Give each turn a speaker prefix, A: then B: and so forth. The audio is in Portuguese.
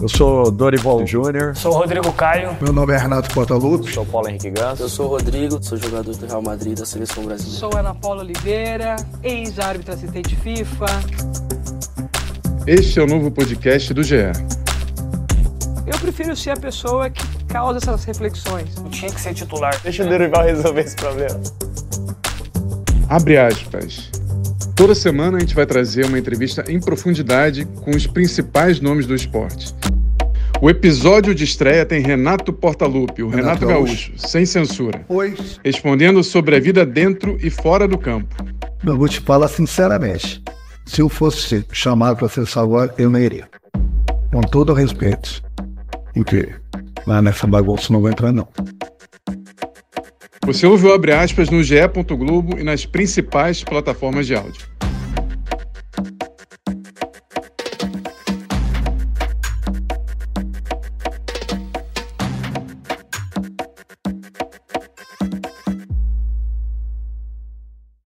A: Eu sou Dorival Júnior.
B: Sou Rodrigo Caio.
C: Meu nome é Renato Portaluppi.
D: Sou Paulo Henrique Ganso.
E: Eu sou Rodrigo, sou jogador do Real Madrid da Seleção Brasileira.
F: Sou Ana Paula Oliveira, ex-árbitra assistente FIFA.
G: Este é o novo podcast do GE.
F: Eu prefiro ser a pessoa que causa essas reflexões.
B: Não tinha que ser titular.
D: Deixa o Dorival resolver esse problema.
G: Abre aspas. Toda semana a gente vai trazer uma entrevista em profundidade com os principais nomes do esporte. O episódio de estreia tem Renato Portaluppi, o
C: Renato
G: Renato,
C: Gaúcho.
G: Gaúcho, sem censura,
C: Oi.
G: respondendo sobre a vida dentro e fora do campo.
C: Eu vou te falar sinceramente. Se eu fosse chamado para ser agora, eu não iria. Com todo o respeito. Porque lá nessa bagunça não vou entrar, não.
G: Você ouve o Abre Aspas no ge.globo e nas principais plataformas de áudio.